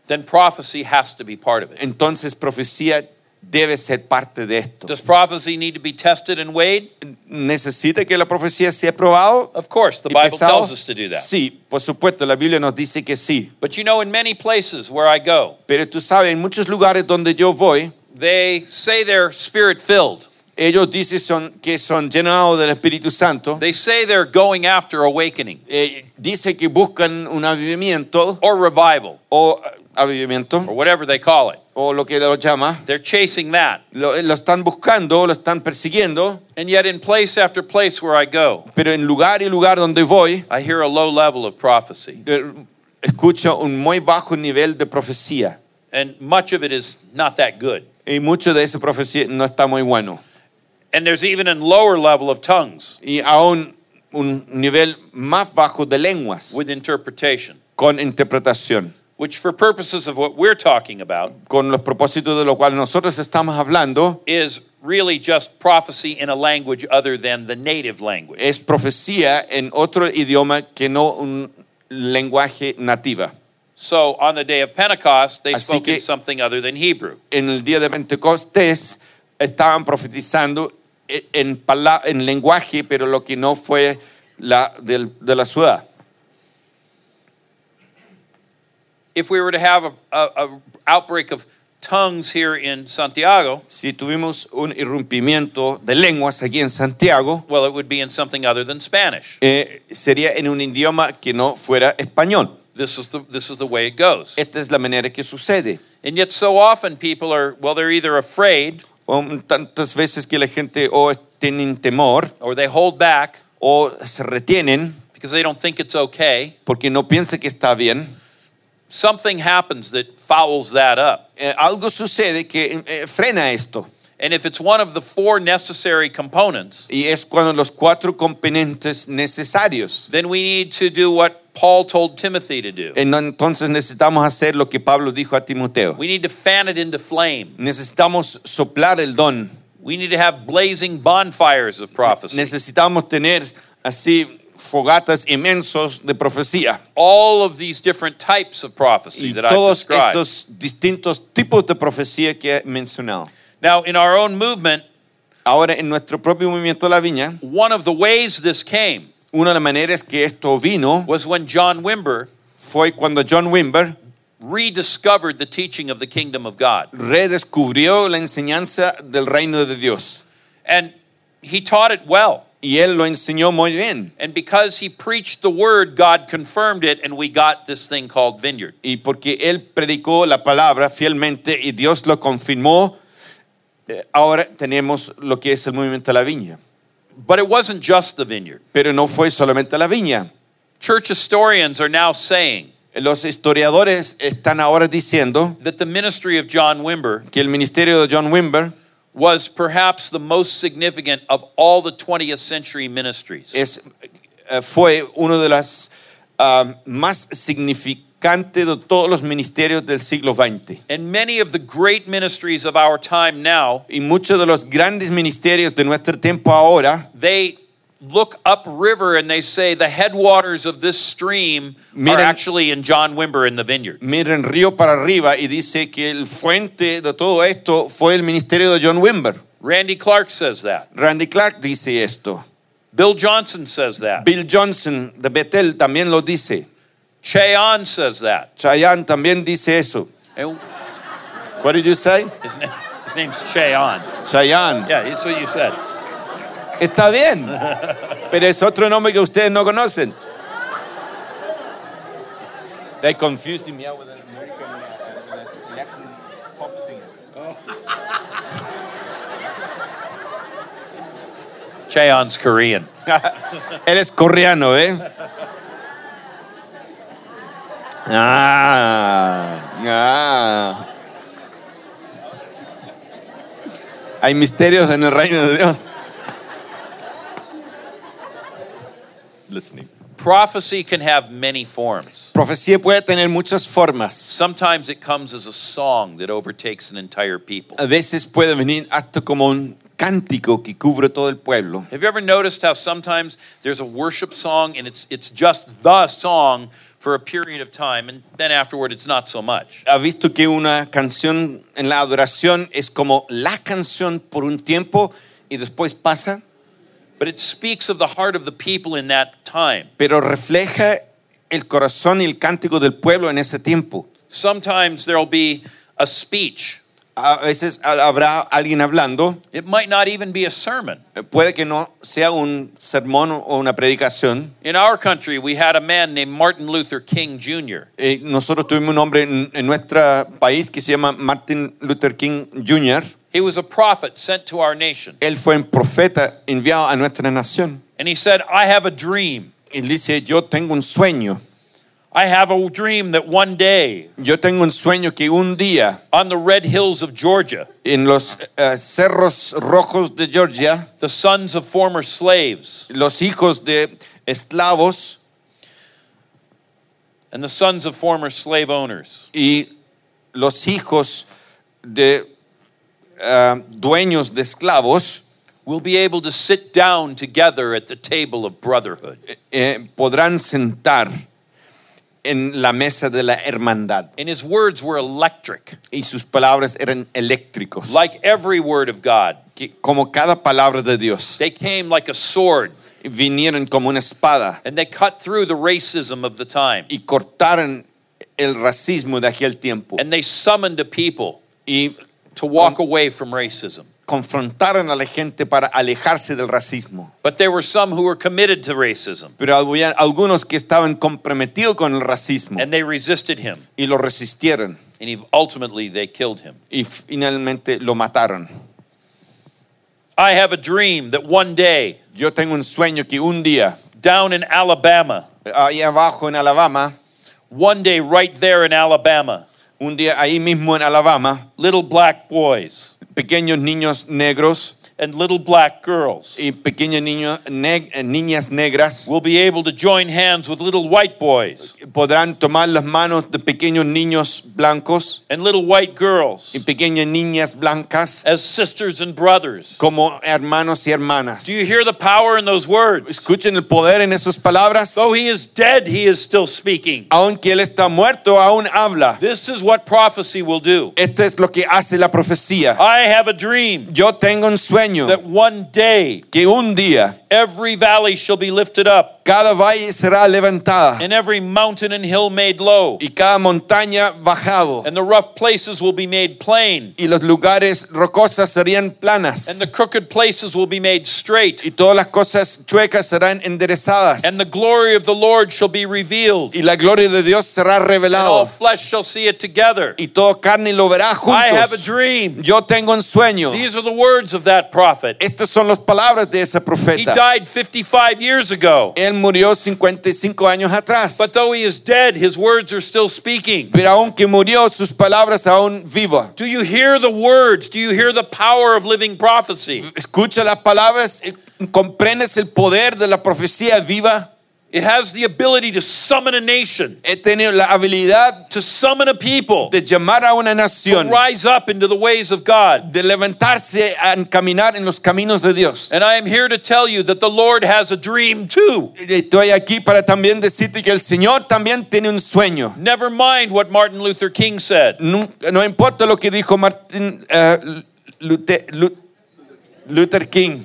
Then prophecy has to be part of it.
Entonces profecía debe ser parte de esto.
Does prophecy need to be tested and weighed?
¿Necesita que la profecía sea probado?
Of course, the
y
Bible
pesado?
tells us to do that.
Sí, por supuesto, la Biblia nos dice que sí.
But you know, in many places where I go,
Pero tú sabes, en muchos lugares donde yo voy,
they say they're spirit filled.
ellos dicen son, que son llenados del Espíritu Santo.
They say they're going after awakening
Eh, dice que buscan un avivamiento
or revival
o eh, avivamiento
or whatever they call it.
o lo que lo llama.
They're chasing that.
Lo, lo están buscando, lo están persiguiendo,
And yet, in place after place where I go,
pero en lugar y lugar donde voy,
I hear a low level of prophecy.
eh, escucho un muy bajo nivel de profecía.
And much of it is not that good.
Y mucho de esa profecía no está muy bueno.
And there's even a lower level of tongues
Y aún un nivel más bajo de lenguas,
with interpretation,
con interpretación,
which, for purposes of what we're talking about,
con los propósitos de los cuales nosotros estamos hablando,
is really just prophecy in a language other than the native language.
es profecía en otro idioma que no un lenguaje nativa.
So on the day of Pentecost, they
Así
spoke in
que-
something other than Hebrew.
En el día de Pentecostés estaban profetizando e- en, pala- en lenguaje, pero lo que no fue la del- de la ciudad.
If we were to have a, a, a outbreak of tongues here in Santiago,
Si tuvimos un irrumpimiento de lenguas aquí en Santiago,
well, it would be in something other than Spanish.
eh, sería en un idioma que no fuera español.
This is the this is the way it goes.
Esta es la manera que sucede.
And yet, so often people are well, they're either afraid
Um, tantas veces que la gente o tienen temor
or they hold back
o se retienen
because they don't think it's okay.
porque no piensa que está bien.
Something happens that fouls that up.
Eh, algo sucede que eh, frena esto.
And if it's one of the four necessary components,
Y es cuando los cuatro componentes necesarios.
then we need to do what Paul told Timothy to do.
En- Entonces necesitamos hacer lo que Pablo dijo a Timoteo.
We need to fan it into flame.
Necesitamos soplar el don.
We need to have blazing bonfires of prophecy.
Necesitamos tener así fogatas inmensos de profecía.
All of these different types of prophecy
y
that I've
todos
described.
estos distintos tipos de profecía que he mencionado.
Now, in our own movement,
Ahora, en nuestro propio movimiento La Viña,
one of the ways this came
una de las maneras que esto vino
was when John Wimber
fue cuando John Wimber
rediscovered the teaching of the kingdom of God.
redescubrió la enseñanza del reino de Dios.
And he taught it well.
Y él lo enseñó muy bien.
And because he preached the word, God confirmed it, and we got this thing called vineyard.
Y porque él predicó la palabra fielmente y Dios lo confirmó, eh, ahora tenemos lo que es el movimiento La Viña.
But it wasn't just the vineyard.
Pero no fue solamente La Viña.
Church historians are now saying
Los historiadores están ahora diciendo
that the ministry of John Wimber
que el ministerio de John Wimber
was perhaps the most significant of all the 20th century ministries.
es, eh, fue uno de los más significantes de todos los ministerios del siglo XX.
And many of the great ministries of our time now,
Y muchos de los grandes ministerios de nuestro tiempo ahora
they look upriver and they say the headwaters of this stream are
Miren-
actually in John Wimber in the vineyard.
miren río para arriba y dice que el fuente de todo esto fue el ministerio de John Wimber.
Randy Clark says that.
Randy Clark dice esto.
Bill Johnson says that.
Bill Johnson de Bethel también lo dice.
Cheon says that.
Chayanne también dice eso.
And
What did you say?
his, na- his name's Cheon.
Chayanne.
Yeah, that's what you said.
Está bien, pero es otro nombre que ustedes no conocen. They confused me with an American, uh, with a Latin pop singer.
Cheon's Korean.
Él es coreano, ¿eh? Ah, ah. Hay misterios en el reino de Dios. Listening.
Prophecy can have many forms.
Profecía puede tener muchas formas.
Sometimes it comes as a song that overtakes an entire people.
A veces puede venir hasta como un cántico que cubre todo el pueblo.
Have you ever noticed how sometimes there's a worship song and it's it's just the song for a period of time and then afterward it's not so much.
ha visto que una canción en la adoración es como la canción por un tiempo y después pasa,
But it speaks of the heart of the people in that time.
pero refleja el corazón y el cántico del pueblo en ese tiempo.
Sometimes there'll be a speech.
A veces ha- habrá alguien hablando,
It might not even be a sermon.
eh, puede que no sea un sermón o una predicación.
In our country, we had a man named Martin Luther King Jr.
Eh, Nosotros tuvimos un hombre en, en nuestro país que se llama Martin Luther King Jr.
He was a prophet sent to our nation.
Él fue un profeta enviado a nuestra nación.
And he said, I have a dream.
Y dice, yo tengo un sueño.
I have a dream that one day
Yo tengo un sueño que un día
on the red hills of Georgia,
en los eh, cerros rojos de Georgia,
the sons of former slaves
los hijos de esclavos
and the sons of former slave owners
y los hijos de eh, dueños de esclavos
will be able to sit down together at the table of brotherhood.
eh, podrán sentar en la mesa de la hermandad.
And his words were electric,
Y sus palabras eran eléctricos,
like every word of God.
que como cada palabra de Dios.
They came like a sword
Vinieron como una espada
and they cut through the racism of the time.
y cortaron el racismo de aquel tiempo
And they summoned a people
y
to walk away from racism.
confrontaron a la gente para alejarse del racismo.
But there were some who were committed to racism
pero había algunos que estaban comprometidos con el racismo
and they resisted him.
y lo resistieron
And he- ultimately, they killed him.
y finalmente lo mataron.
I have a dream that one day,
Yo tengo un sueño que un día,
down in Alabama,
ahí abajo en Alabama,
one day right there in Alabama,
un día ahí mismo en Alabama,
little black boys
pequeños niños negros
and little black girls
y pequeños niños neg- eh, niñas negras
will be able to join hands with little white boys
podrán tomar las manos de pequeños niños blancos
and little white
y
girls
pequeñas niñas blancas
as sisters and brothers.
como hermanos y hermanas.
Do you hear the power in those words?
Escuchen el poder en esas palabras.
Though he is dead, he is still speaking.
Aunque él está muerto, aún habla.
This is what prophecy will do.
Esto es lo que hace la profecía.
I have a dream
Yo tengo un sueño
that one day
que un día
every valley shall be lifted up
cada valle será levantada
and every mountain and hill made low,
y cada montaña bajado
and the rough places will be made plain,
y los lugares rocosas serían
and
planas
the crooked places will be made straight,
y todas las cosas chuecas serán enderezadas
and the glory of the Lord shall be revealed,
y la gloria de Dios será
and all
revelada
flesh shall see it together.
y todo carne lo verá
I have a
juntos.
dream.
Yo tengo un sueño.
These are the words of that prophet.
Estas son las palabras de ese
He
profeta.
died 55 years ago.
Él murió 55 años atrás,
But though he is dead, his words are still speaking.
pero aunque murió sus palabras aún vivas.
Do you hear the words? Do you hear the power of living prophecy?
escucha las palabras, eh, comprendes el poder de la profecía viva.
It has the ability to summon a nation,
He tenido la habilidad
to summon a people,
de llamar a una
to
nación,
rise up into the ways of God.
de levantarse a caminar en los caminos de Dios.
And I am here to tell you that the Lord has a dream too.
Estoy aquí para también decirte que el Señor también tiene un sueño.
Never mind what Martin Luther King said.
No, no importa lo que dijo Martin eh, Luther, Lu- Luther King.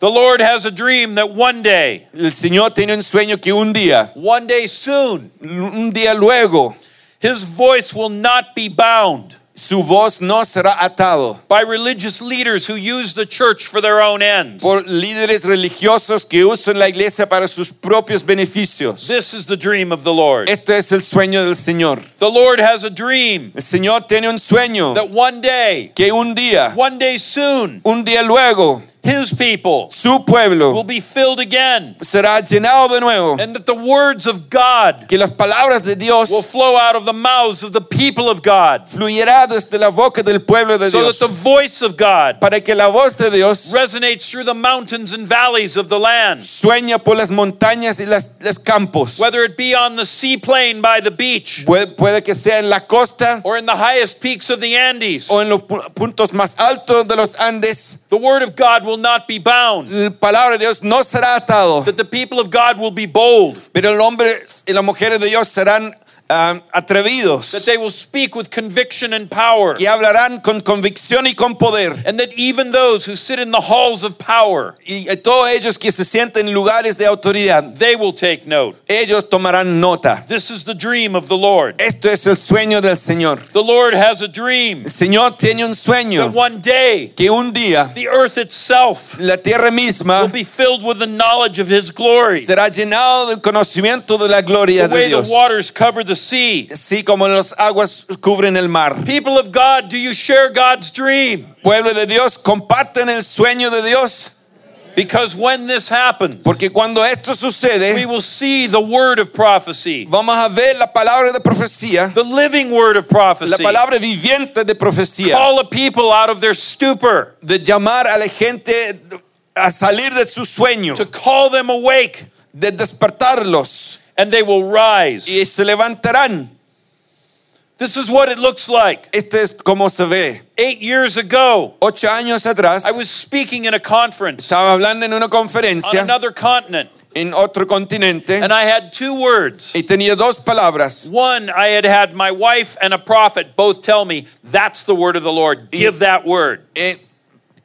The Lord has a dream that one day,
El Señor tiene un sueño que un día,
one day soon,
un día luego,
his voice will not be bound
su voz no será atado.
by religious leaders who use the church for their own ends.
por líderes religiosos que usan la iglesia para sus propios beneficios.
This is the dream of the Lord.
Este es el sueño del Señor.
The Lord has a dream
El Señor tiene un sueño
that one day,
que un día,
one day soon,
un día luego,
his people
su
will
pueblo
be filled again,
será llenado de nuevo.
and that the words of God
Que las palabras de
will
Dios
flow out of the mouths of the people of God,
fluirá desde la boca del pueblo de
so that
Dios.
the voice of God
Para que la voz de Dios
resonates through the mountains and valleys of the land,
sueña por las montañas y las, los campos.
whether it be on the seaplane by the beach
Puede, puede que sea en la costa
or in the highest peaks of the Andes.
o en los pu- puntos más altos de los Andes.
The word of God will not be bound,
La palabra de Dios no será atado.
that the people of God will be bold,
Pero el hombre y las mujeres de Dios serán ah,
that
atrevidos
they will speak with conviction and power,
y hablarán con convicción y con poder.
and that even those who sit in the halls of power,
Y todos ellos que se sienten en lugares de autoridad,
they will take note.
ellos tomarán nota.
This is the dream of the Lord.
Esto es el sueño del Señor.
The Lord has a dream
El Señor tiene un
that
sueño
one day
que un día
the earth itself
la tierra
will
misma
be filled with the knowledge of his glory.
será llenada del conocimiento de la
The
gloria de
way the
Dios.
waters cover the sea.
Así como las aguas cubren el mar.
People of God, do you share God's dream?
Pueblo de Dios, comparten el sueño de Dios.
Because when this happens,
Porque cuando esto
we
sucede,
will see the word of prophecy,
vamos a ver la palabra de profecía,
the living word of
la
prophecy.
palabra viviente de profecía,
Call a people out of their stupor,
de llamar a la gente a salir de su sueño,
to call them awake,
de despertarlos
and they will rise.
y se levantarán.
This is what it looks like.
Este es como se ve.
Eight years ago,
Ocho años atrás,
I was speaking in a conference on
estaba hablando en una conferencia
another continent,
en otro continente
and I had two words.
y tenía dos palabras.
One, I had had my wife and a prophet both tell me, That's the word of the Lord. Give that word.
Eh,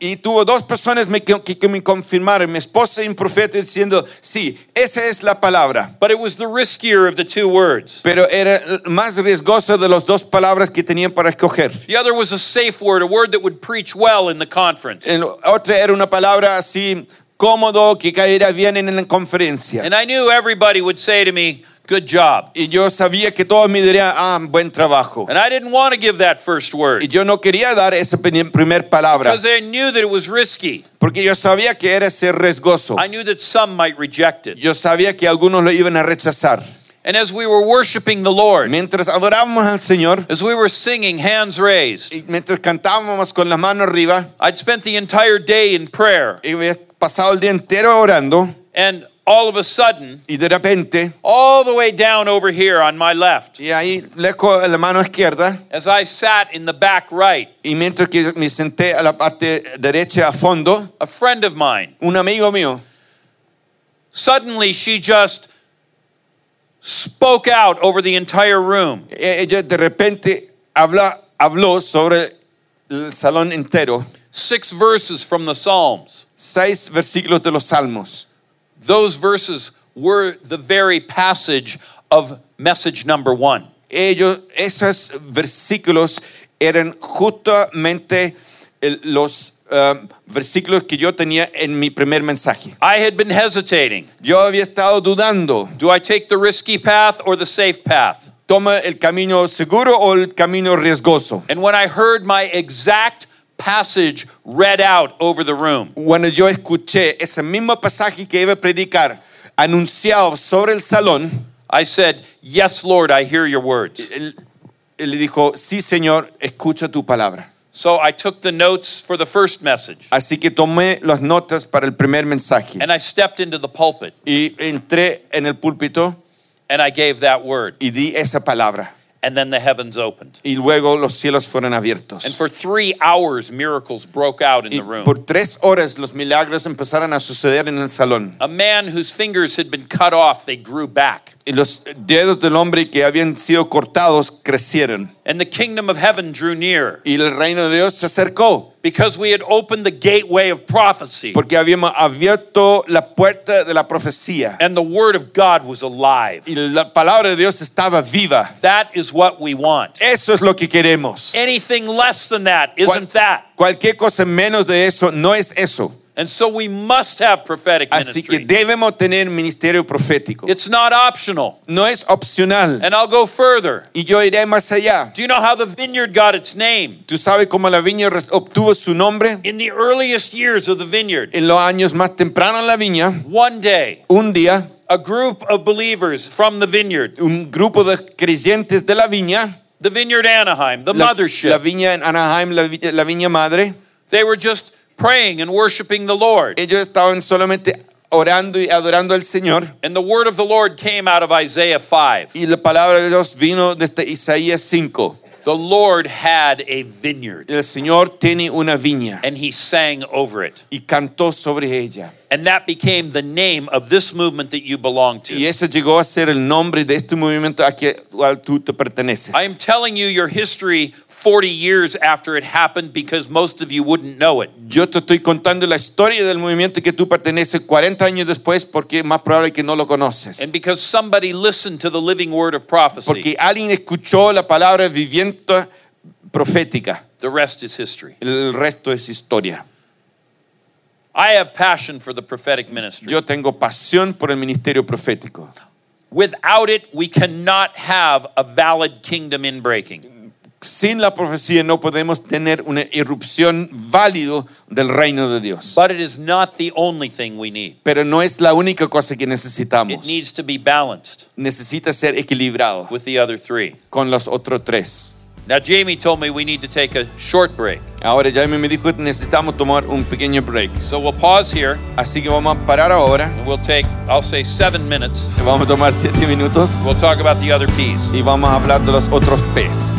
y tuvo dos personas me- que, que me confirmaron, mi esposa y un profeta, diciendo, sí, esa es la palabra.
But it was the riskier of the two words.
Pero era el más riesgoso de las dos palabras que tenían para escoger.
The other was a safe word, a word that would preach well in the conference.
El otra era una palabra así cómodo que caería bien en la conferencia.
And I knew everybody would say to me, Good job.
Y yo sabía que todos me dirían, ah, buen trabajo.
And I didn't want to give that first
Y
word
yo no quería dar esa pri- primer palabra,
because I knew that it was risky.
porque yo sabía que era ser riesgoso.
I knew that some might reject it.
Yo sabía que algunos lo iban a rechazar.
And as we were worshiping the Lord,
Mientras adorábamos al Señor,
as we were singing, hands raised,
y mientras cantábamos con las manos arriba,
I'd spent the entire day in prayer.
y había pasado el día entero orando
And all of a sudden,
y de repente,
all the way down over here on my left,
y ahí lejos a la mano izquierda,
as I sat in the back right,
y mientras que me senté a la parte derecha a fondo,
a friend of mine,
un amigo mío
suddenly she just spoke out over the entire room.
e- ella de repente habla, habló sobre el salón entero,
Six verses from the Psalms.
seis versículos de los salmos.
Those verses were the very passage of message number one.
Ellos, esos versículos eran justamente el- los eh, versículos que yo tenía en mi primer mensaje.
I had been hesitating.
Yo había estado dudando.
Do I take the risky path or the safe path?
toma el camino seguro o el camino riesgoso.
And when I heard my exact passage read out over the room,
Cuando yo escuché ese mismo pasaje que iba a predicar anunciado sobre el salón,
I said, Yes, Lord, I hear your words.
él, él le dijo, sí Señor, escucha tu palabra.
So I took the notes for the first message
Así que tomé las notas para el primer mensaje
and I stepped into the pulpit
y entré en el púlpito
and I gave that word.
y di esa palabra.
And then the heavens opened.
Y luego los cielos fueron abiertos.
And for three hours, miracles broke out in
Y
the room.
por tres horas los milagros empezaron a suceder en el salón.
A man whose fingers had been cut off, they grew back.
Y los dedos del hombre que habían sido cortados crecieron.
And the kingdom of heaven drew near
Y el reino de Dios se acercó
because we had opened the gateway of prophecy
porque habíamos abierto la puerta de la profecía
and the word of God was alive.
y la palabra de Dios estaba viva.
That is what we want.
Eso es lo que queremos.
Anything less than that isn't
Cual-
that.
Cualquier cosa menos de eso no es eso.
And so we must have prophetic
Así que
ministry.
debemos tener ministerio profético.
It's not optional.
No es opcional.
And I'll go further.
Y yo iré más allá.
Do you know how the vineyard got its name?
¿Tú sabes cómo la viña res- obtuvo su nombre?
In the earliest years of the vineyard,
En los años más tempranos en la viña,
one day,
un día,
a group of believers from the vineyard,
un grupo de creyentes de la viña,
the vineyard Anaheim, the
la,
mothership,
la viña en Anaheim, la, vi- la viña madre,
they were just praying and worshiping the Lord.
ellos estaban solamente orando y adorando al Señor.
And the word of the Lord came out of Isaiah 5.
Y la palabra de Dios vino desde Isaías 5.
The Lord had a vineyard,
El Señor tiene una viña
and he sang over it.
y cantó sobre ella.
And that became the name of this movement that you belong
Y
to.
ese llegó a ser el nombre de este movimiento a que- al cual tú te perteneces.
I am telling you your history 40 years after it happened because most of you wouldn't know it.
Yo te estoy contando la historia del movimiento que tú perteneces 40 años después porque es más probable que no lo conoces.
And because somebody listened to the living word of prophecy,
Porque alguien escuchó la palabra viviente profética.
the rest is history.
El resto es historia.
I have passion for the prophetic ministry.
Yo tengo pasión por el ministerio profético.
Without it, we cannot have a valid kingdom in breaking.
Sin la profecía no podemos tener una irrupción válido del reino de Dios.
But it is not the only thing we need.
Pero no es la única cosa que
It
necesitamos.
needs to be balanced
Necesita ser equilibrado
with the other three.
con los otros tres.
Now, Jamie told me we need to take a short break.
Ahora Jaime me dijo que necesitamos tomar un pequeño break.
So we'll pause here
Así que vamos a parar ahora.
and we'll take, I'll say, seven minutes.
Vamos a tomar siete minutos
We'll talk about the other P's.
y vamos a hablar de los otros P's.